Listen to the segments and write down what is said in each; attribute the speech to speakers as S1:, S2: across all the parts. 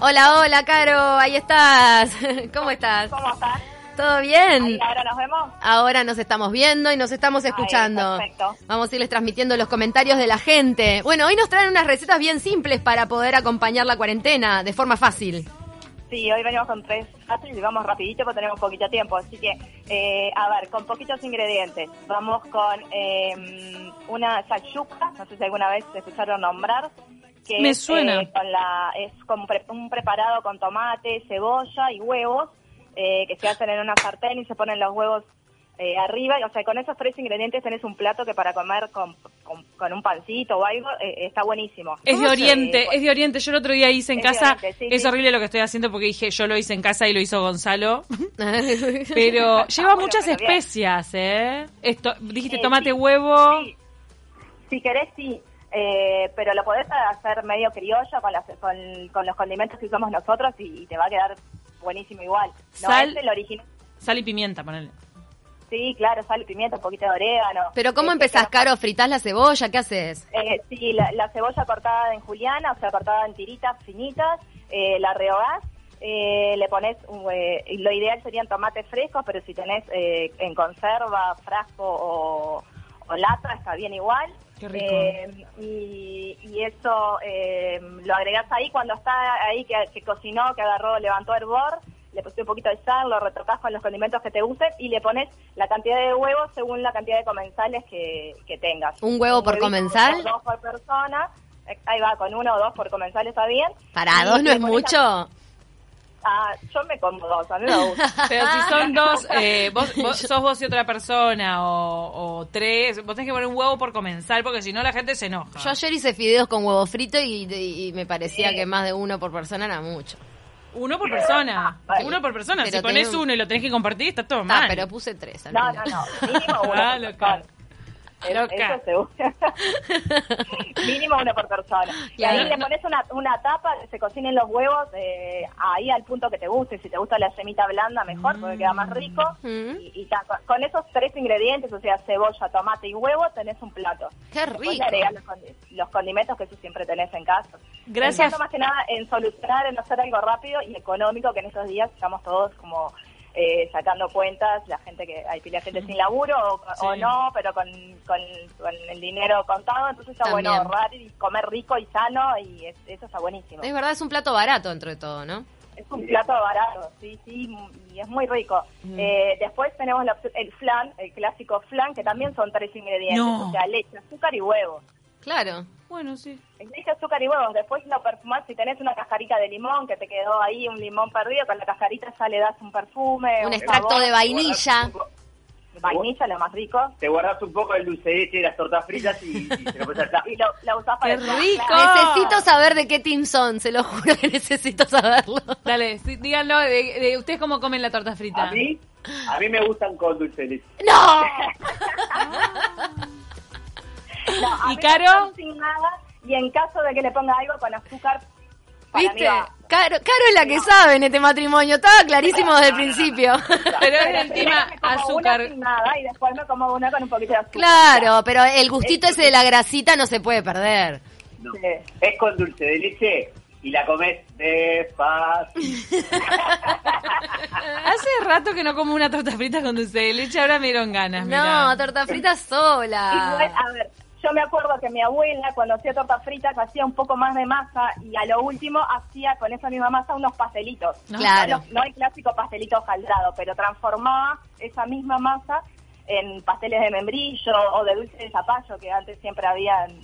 S1: Hola, hola, Caro, ahí estás. ¿Cómo estás?
S2: ¿Cómo están?
S1: ¿Todo bien?
S2: Ahí, ahora nos vemos.
S1: Ahora nos estamos viendo y nos estamos escuchando.
S2: perfecto.
S1: Vamos a irles transmitiendo los comentarios de la gente. Bueno, hoy nos traen unas recetas bien simples para poder acompañar la cuarentena de forma fácil.
S2: Sí, hoy venimos con tres fáciles y vamos rapidito porque tenemos poquito tiempo. Así que, eh, a ver, con poquitos ingredientes. Vamos con eh, una shakshuka, no sé si alguna vez se escucharon nombrar. Que
S3: Me
S2: es, eh,
S3: suena.
S2: con la, es como pre- un preparado con tomate, cebolla y huevos eh, que se hacen en una sartén y se ponen los huevos eh, arriba. Y, O sea, con esos tres ingredientes tenés un plato que para comer con, con, con un pancito o algo eh, está buenísimo.
S3: Es de
S2: Eh,
S3: Oriente,
S2: pues,
S3: es de Oriente. Yo el otro día hice en
S2: Es de
S3: casa.
S2: Oriente, sí,
S3: es
S2: sí.
S3: horrible lo que estoy haciendo porque dije, yo lo hice en casa y lo hizo Gonzalo. Pero lleva
S2: Ah, bueno,
S3: muchas
S2: pero bien.
S3: especias, ¿eh? Esto, dijiste
S2: Eh,
S3: tomate,
S2: sí,
S3: huevo.
S2: sí. Si querés, sí. Eh, pero lo podés hacer medio criollo con, las- con, con los condimentos que usamos nosotros y, y te va a quedar buenísimo igual. No
S3: Sal.
S2: es el original.
S3: Sal y pimienta, ponele.
S2: Sí, claro, sal y pimienta, un poquito de orégano.
S1: Pero ¿cómo
S2: Eh,
S1: empezás,
S2: que-
S1: Caro? ¿Fritás la cebolla? ¿Qué haces?
S2: Eh, sí, la, la cebolla cortada en juliana, o sea, cortada en tiritas finitas, eh, la rehogás, eh, le pones, un, eh, y lo ideal serían tomates frescos, pero si tenés eh, en conserva, frasco o, o lata, está bien igual.
S3: Qué rico.
S2: Eh, y, y eso eh, lo agregás ahí cuando está ahí, que, que cocinó, que agarró, levantó hervor, le pusiste un poquito de sal, lo retocas con los condimentos que te gusten y le pones la cantidad de huevos según la cantidad de comensales que, que tengas.
S1: ¿Un huevo por
S2: huevito,
S1: comensal?
S2: Dos por persona. Eh, Ahí va, con uno o dos por comensal está bien.
S1: ¿Para
S2: Y
S1: dos no
S2: le
S1: es
S2: pones a-
S1: mucho?
S2: Ah, yo me como dos, a mí me gusta.
S3: Pero si son dos, eh, vos, vos- sos vos y otra persona, o, o tres, vos tenés que poner un huevo por comensal, porque si no la gente se enoja.
S1: Yo ayer hice fideos con huevo frito y, y- y me parecía
S2: Sí.
S1: que más de uno por persona era mucho.
S3: Uno por persona.
S2: Ah, Vale.
S3: Uno por persona.
S1: Pero
S3: si pones
S1: tenés-
S3: uno y lo tenés que compartir, está todo
S1: Ah,
S3: mal.
S1: pero puse tres. al
S2: No, no,
S1: final.
S2: no. Mínimo uno.
S3: Ah,
S2: por
S3: loca.
S2: persona. Es-
S3: Loca.
S2: Eso seguro. Mínimo uno por persona. Y
S1: Claro.
S2: ahí le pones una, una tapa, que se cocinen los huevos eh, ahí al punto que te guste. Si te gusta la semita blanda, mejor, porque queda más rico.
S1: Mm.
S2: Y, y ta- con esos tres ingredientes, o sea, cebolla, tomate y huevo, tenés un plato.
S1: Qué
S2: Después le
S1: rico.
S2: agregás los, condi- los condimentos que eso siempre tenés en casa.
S3: Gracias.
S2: Pensando más que nada en solucionar, en hacer algo rápido y económico, que en estos días estamos todos como eh, sacando cuentas, la gente que hay pila de gente sin laburo o, o
S3: Sí.
S2: no, pero con, con, con el dinero contado, entonces está
S1: También.
S2: bueno ahorrar y comer rico y sano y es- eso está buenísimo.
S1: Es verdad, es un plato barato dentro de todo, ¿no?
S2: Es un plato barato, sí, sí, y es muy rico. Eh, después tenemos la opción- el flan, el clásico flan, que también son tres ingredientes,
S3: No.
S2: o sea, leche, azúcar y huevo.
S1: Claro.
S3: Bueno, sí.
S2: Leche, azúcar y huevos. Después lo perfumás. Si tenés una cascarita de limón que te quedó ahí, un limón perdido, con la cascarita ya le das un perfume.
S1: Un extracto
S2: sabor.
S1: de vainilla.
S2: Vainilla, lo más rico.
S4: Te guardas un poco el dulce de leche y las tortas fritas y, y se lo pones al plato.
S2: Y lo, la usás para
S3: ¡Qué
S2: el-
S3: rico!
S1: Necesito saber de qué team son, se lo juro que necesito saberlo.
S3: Dale, sí, díganlo, de, de- ¿ustedes cómo comen la torta frita?
S4: A mí, a mí me gustan con dulce de leche.
S1: ¡No!
S2: No, a
S3: ¿Y
S2: mí
S3: Caro?
S2: no Sin nada. Y en caso de que le ponga algo con azúcar, para mí
S1: ¿Viste?
S2: va.
S1: Caro, Caro es la que sabe en este matrimonio, estaba clarísimo desde el principio.
S3: Pero es el
S2: primero
S3: tema
S2: me como
S3: azúcar.
S2: Una sin nada y después me como una con un poquito de azúcar.
S1: Claro, pero el gustito ese de la grasita no se puede perder.
S4: No.
S2: Sí.
S4: Es con dulce de leche y la comes despacito.
S3: Hace rato que no como una torta frita con dulce de leche, ahora me dieron ganas. mirá.
S1: No, torta frita
S2: Igual, ah,
S1: sola.
S2: a ver, yo me acuerdo que mi abuela cuando hacía tortas fritas hacía un poco más de masa y a lo último hacía con esa misma masa unos pastelitos.
S3: No.
S1: Claro.
S2: No, los- no el clásico pastelito jaldrado, pero transformaba esa misma masa en pasteles de membrillo o de dulce de zapallo que antes siempre había en,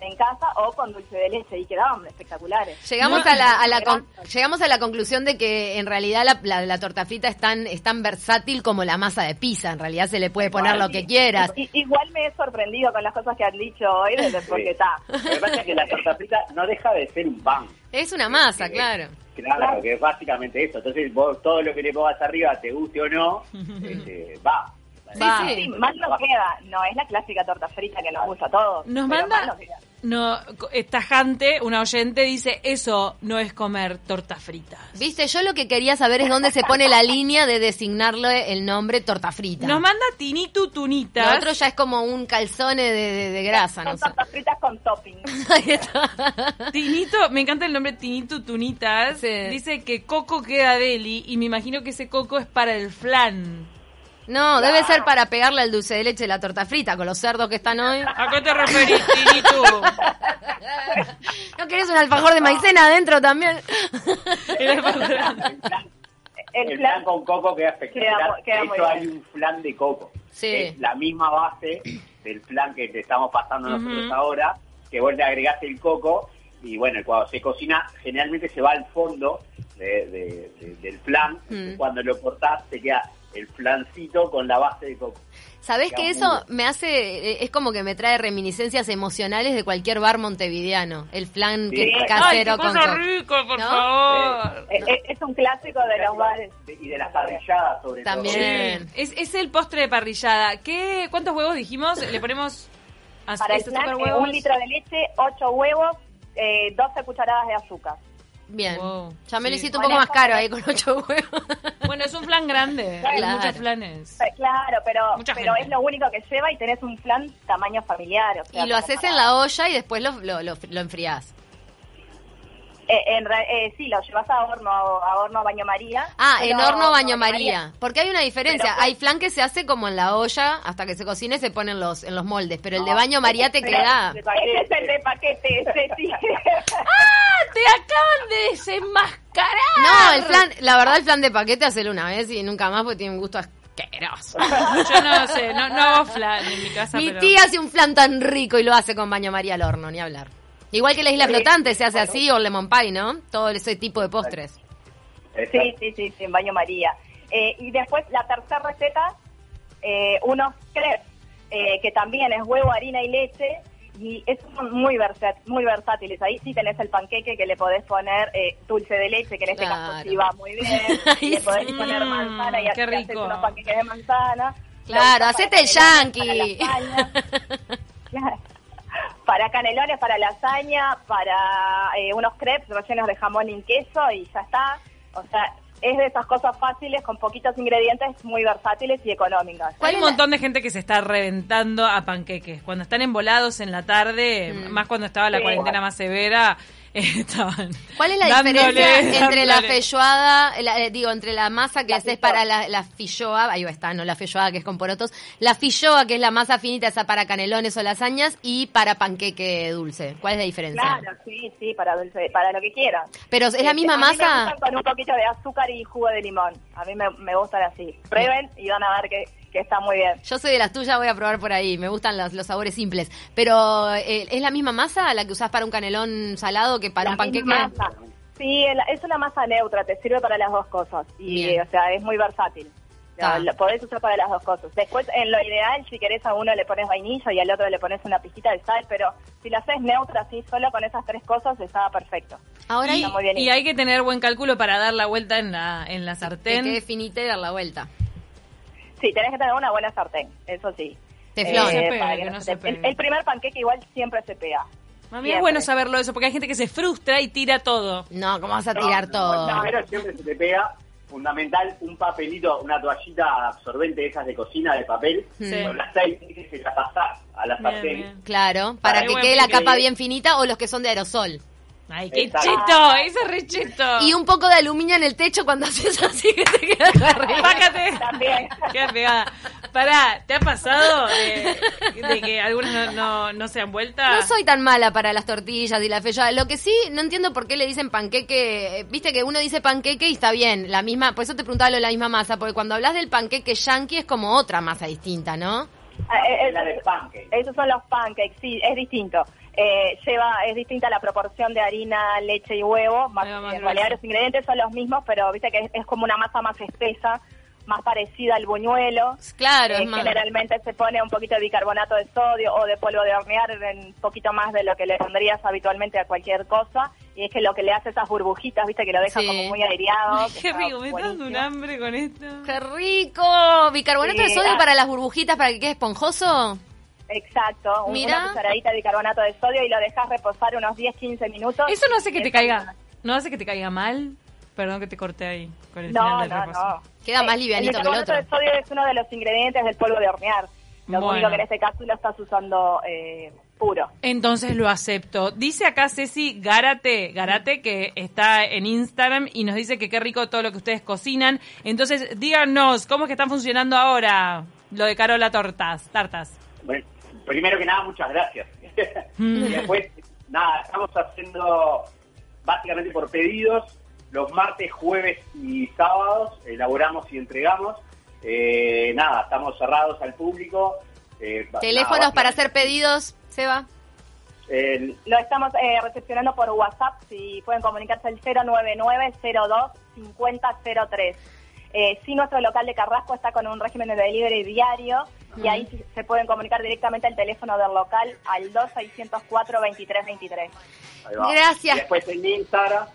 S2: en casa o con dulce de leche y quedaban espectaculares.
S1: Llegamos
S3: No.
S1: a la, a la con- llegamos a la conclusión de que en realidad la, la- la torta frita es tan, es tan versátil como la masa de pizza, en realidad se le puede poner lo que quieras.
S2: I- igual me he sorprendido con las cosas que han dicho hoy, desde- porque está.
S4: Lo que pasa es que la torta frita no deja de ser un pan.
S1: Es una masa, claro.
S4: Claro, que es básicamente eso. Entonces, vos todo lo que le pongas arriba, te guste o no, este, va.
S1: Sí,
S3: Va.
S1: sí.
S2: Sí, mal no queda. No es la clásica torta frita que nos gusta a todos.
S3: Nos
S2: pero mal
S3: manda
S2: no queda.
S3: no, co- eh, tajante, una oyente dice, eso no es comer tortas fritas.
S1: Viste, yo lo que quería saber es dónde se pone la línea de designarle el nombre torta frita.
S3: Nos manda Tinitu Tunitas.
S1: Lo otro ya es como un calzone de, de- de grasa, no
S2: Son
S1: sé.
S2: tortas fritas con topping.
S1: Ahí está.
S3: Tinito, me encanta el nombre Tinito Tunitas.
S1: Sí.
S3: Dice que Coco queda deli y me imagino que ese Coco es para el flan.
S1: No, debe ser para pegarle al dulce de leche de la torta frita con los cerdos que están hoy.
S3: ¿A qué te referís, Tinito?
S1: ¿No querés un alfajor de maicena adentro también?
S3: Era para-
S2: El,
S4: El
S2: plan
S4: flan con coco queda
S2: Queda
S4: espectacular.
S2: mu- queda
S4: de
S2: muy
S4: hecho,
S2: bien.
S4: hay un flan de coco.
S1: Sí.
S4: Es la misma base del flan que te estamos pasando nosotros ahora, que vos le agregaste el coco y bueno, cuando se cocina, generalmente se va al fondo de- de- de- del flan.
S1: Mm.
S4: Cuando lo cortás, te queda el flancito con la base de coco.
S1: ¿Sabés que eso me hace, eh, es como que me trae reminiscencias emocionales de cualquier bar montevideano? El flan que-
S4: Sí. Ay, qué
S3: Ay, qué
S1: casero con...
S3: cosa
S1: co-
S3: rico, por
S1: ¿No?
S3: favor.
S2: Eh, eh, es un clásico de los bares.
S4: Y de las parrilladas, sobre
S1: También.
S4: todo.
S1: Bien.
S3: Es, es el postre de parrillada. ¿Qué, ¿Cuántos huevos dijimos? Le ponemos a
S2: Para el
S1: este
S3: estos
S2: snack, eh,
S3: superhuevos.
S2: un litro de leche, ocho huevos, eh, 12 cucharadas de azúcar.
S1: Bien.
S3: Wow,
S1: Ya me lo
S3: sí.
S1: hiciste un poco más caro ahí con ocho huevos.
S3: Bueno, es un flan grande. Hay
S1: Claro.
S3: muchos flanes.
S2: Eh, Claro, pero,
S3: Mucha
S2: pero
S3: gente.
S2: es lo único que lleva y tenés un flan tamaño familiar. o sea,
S1: Y lo
S2: como
S1: haces
S2: para-
S1: en la olla y después lo, lo, lo- lo enfriás.
S2: Eh, en re- eh, sí, lo llevas a horno, a horno baño María.
S1: Ah,
S2: Pero-
S1: en horno baño María. Porque hay una diferencia.
S2: Pero- pues
S1: hay flan que se hace como en la olla, hasta que se cocine se ponen los, en los moldes. Pero el de
S2: No,
S1: baño María te
S2: ese-
S1: queda.
S2: Ese es el de paquete, ese sí.
S3: ¡Te acaban de desenmascarar!
S1: No, el flan, la verdad, el flan de paquete hacelo una vez y nunca más porque tiene un gusto asqueroso.
S3: Yo no sé, no, no hago flan en mi casa.
S1: Mi
S3: pero-
S1: tía hace un flan tan rico y lo hace con baño María al horno, ni hablar. Igual que la isla flotante se hace así o el lemon pie, ¿no? Todo ese tipo de postres.
S4: Exacto.
S2: Sí, sí, sí, sí, en baño María. Eh, y después la tercera receta, eh, unos crepes, eh, que también es huevo, harina y leche. Y es muy, versat- muy versátiles. Ahí sí tenés el panqueque que le podés poner eh, dulce de leche, que en este
S1: Claro.
S2: caso sí va muy bien.
S1: Ay,
S2: le podés
S3: sí.
S2: poner manzana y
S3: Mm,
S2: así
S3: qué
S2: haces
S3: rico.
S2: unos panqueques de manzana.
S1: Claro,
S2: Lo usás
S1: hacete
S2: para
S1: el
S2: canelones,
S1: yankee.
S2: para lasaña. Claro. Para canelones, para lasaña, para eh, unos crepes rellenos de jamón y queso y ya está. O sea, es de esas cosas fáciles con poquitos ingredientes, muy versátiles y económicas.
S1: ¿Cuál
S3: Hay un
S1: es la-
S3: montón de gente que se está reventando a panqueques. Cuando están embolados en la tarde,
S1: Mm.
S3: más cuando estaba la
S2: Sí.
S3: cuarentena más severa, eh, estaban.
S1: ¿Cuál es la
S3: dándole,
S1: diferencia entre la
S3: dándole.
S1: felloada, la- eh, digo, entre la masa que
S2: La
S1: haces
S2: filloa.
S1: para la, la filloa, ahí va, está, no la felloada que es con porotos, la filloa que es la masa finita esa para canelones o lasañas y para panqueque dulce? ¿Cuál es la diferencia?
S2: Claro, sí, sí, para dulce, para lo que quieras.
S1: Pero es la
S2: Eh,
S1: misma
S2: a mí me
S1: masa.
S2: gustan con un poquito de azúcar y jugo de limón. A mí me, me gustan así. Prueben y van a ver que, que está muy bien.
S1: Yo soy de las tuyas, voy a probar por ahí. Me gustan los, los sabores simples. Pero eh, es la misma masa la que usás para un canelón salado que
S2: La
S1: para un panqueque.
S2: misma masa. Sí, el- es una masa neutra, te sirve para las dos cosas. Y,
S1: Bien.
S2: o sea, es muy versátil. O sea,
S3: Ah.
S1: Ta.
S2: lo podés usar para las dos cosas. Después, en lo ideal, si querés, a uno le pones vainilla y al otro le pones una pizquita de sal, pero si la haces neutra, así, solo con esas tres cosas, estaba perfecto.
S1: Ahora
S3: Y,
S1: hay
S2: muy bien.
S3: y hay que tener buen cálculo para dar la vuelta en la, en la
S1: que
S3: sartén.
S1: quede finita y dar la vuelta.
S2: Sí, tenés que tener una buena sartén, eso sí. Eh,
S1: Teflón.
S3: Que no se pegue,
S2: para
S3: que
S2: no
S3: no
S2: se
S3: se
S2: te- el,
S3: pegue.
S2: el primer panqueque igual siempre se pega.
S3: Mami, es
S2: Siempre.
S3: bueno saberlo eso, porque hay gente que se frustra y tira todo.
S1: No, ¿cómo vas a tirar
S4: No,
S1: todo?
S4: no, Primero siempre se te pega, fundamental, un papelito, una toallita absorbente de esas de cocina, de papel,
S3: Sí.
S4: con las seis veces se la pasás a la
S3: Bien,
S4: sartén.
S3: bien.
S1: Claro, para
S3: Ay,
S1: que
S3: buen
S1: quede la
S3: pique.
S1: capa bien finita o los que son de aerosol.
S3: Ay, qué
S4: Exacto.
S3: cheto, ese es re cheto.
S1: Y un poco de aluminio en el techo cuando haces así que te queda acá arriba.
S3: Pácate.
S2: También.
S3: Qué pegada. Pará, ¿te ha pasado de, de que algunos no, no, no se han vuelto?
S1: No soy tan mala para las tortillas y la fecha. Lo que sí, no entiendo por qué le dicen panqueque. eh, Viste que uno dice panqueque y está bien. La misma, por eso te preguntaba lo de la misma masa, porque cuando hablas del panqueque yankee es como otra masa distinta, ¿no?
S2: Ah, eh,
S4: La
S2: eh,
S4: de pancake.
S2: Esos son los pancakes, sí, es distinto. Eh, lleva, es distinta la proporción de harina, leche y huevo. Más,
S3: Ahí va, más
S2: en realidad
S3: grueso.
S2: los ingredientes son los mismos, pero viste que es, es como una masa más espesa. más parecida al buñuelo.
S1: Claro,
S2: Eh,
S1: es más.
S2: generalmente se pone un poquito de bicarbonato de sodio o de polvo de hornear, un poquito más de lo que le pondrías habitualmente a cualquier cosa. Y es que lo que le hace esas burbujitas, viste, que lo deja
S1: Sí.
S2: como muy aireado.
S3: Ay,
S2: que
S3: qué
S2: está
S3: rico, me está dando
S2: buenísimo.
S3: un hambre con esto.
S1: ¡Qué rico! Bicarbonato de
S2: Sí,
S1: sodio
S2: ah.
S1: para las burbujitas, para que quede esponjoso.
S2: Exacto, un-
S1: Mirá.
S2: una cucharadita de bicarbonato de sodio y lo dejas reposar unos 10-15 minutos.
S3: Eso no hace que te
S2: Es-
S3: caiga, no hace que te caiga mal. Perdón que te corté ahí con el
S2: No,
S3: final del
S2: no,
S3: repaso.
S2: no.
S1: Queda más
S2: Eh,
S1: livianito que el
S2: bicarbonato
S1: otro.
S2: de sodio es uno de los ingredientes del polvo de hornear. Lo
S3: Bueno.
S2: único que en este caso lo estás usando eh, puro.
S3: Entonces lo acepto. Dice acá Ceci Garate, Garate que está en Instagram y nos dice que qué rico todo lo que ustedes cocinan. Entonces díganos, ¿cómo es que están funcionando ahora lo de Carola Tortas, Tartas?
S4: Bueno, primero que nada, muchas gracias.
S3: Mm.
S4: y después, nada, estamos haciendo básicamente por pedidos. Los martes, jueves y sábados elaboramos y entregamos. Eh, nada, estamos cerrados al público. Eh, ba-
S1: Teléfonos
S4: nada,
S1: para hacer
S4: básicamente,
S1: pedidos, Seba.
S4: el-
S2: Lo estamos eh, recepcionando por WhatsApp, si pueden comunicarse al 099-02-5003. Eh, sí, nuestro local de Carrasco está con un régimen de delivery diario y ahí sí se pueden comunicar directamente al teléfono del local al 2604-2323.
S4: ahí va.
S1: Gracias.
S4: Y después en Instagram.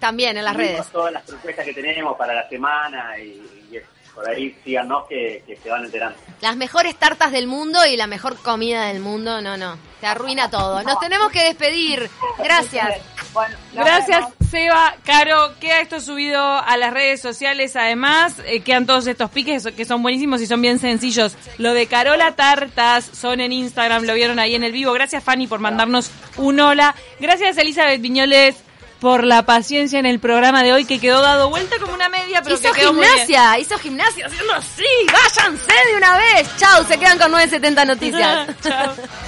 S1: También en las
S4: subimos
S1: redes.
S4: Todas las propuestas que tenemos para la semana y, y por ahí síganos que, que se van enterando.
S1: Las mejores tartas del mundo y la mejor comida del mundo. No, no. Te arruina todo. Nos tenemos que despedir. Gracias.
S2: Bueno, nos
S3: Gracias,
S2: vemos.
S3: Seba. Caro, queda esto subido a las redes sociales. Además, eh, quedan todos estos piques que son buenísimos y son bien sencillos. Lo de Carola Tartas son en Instagram, lo vieron ahí en el vivo. Gracias, Fanny, por mandarnos un hola. Gracias, Elizabeth Viñoles, por la paciencia en el programa de hoy que quedó dado vuelta como una media, pero
S1: Hizo
S3: que quedó muy bien.
S1: gimnasia, hizo gimnasia haciendo así. Váyanse de una vez. Chau, se quedan con 970 Noticias.
S3: Chao.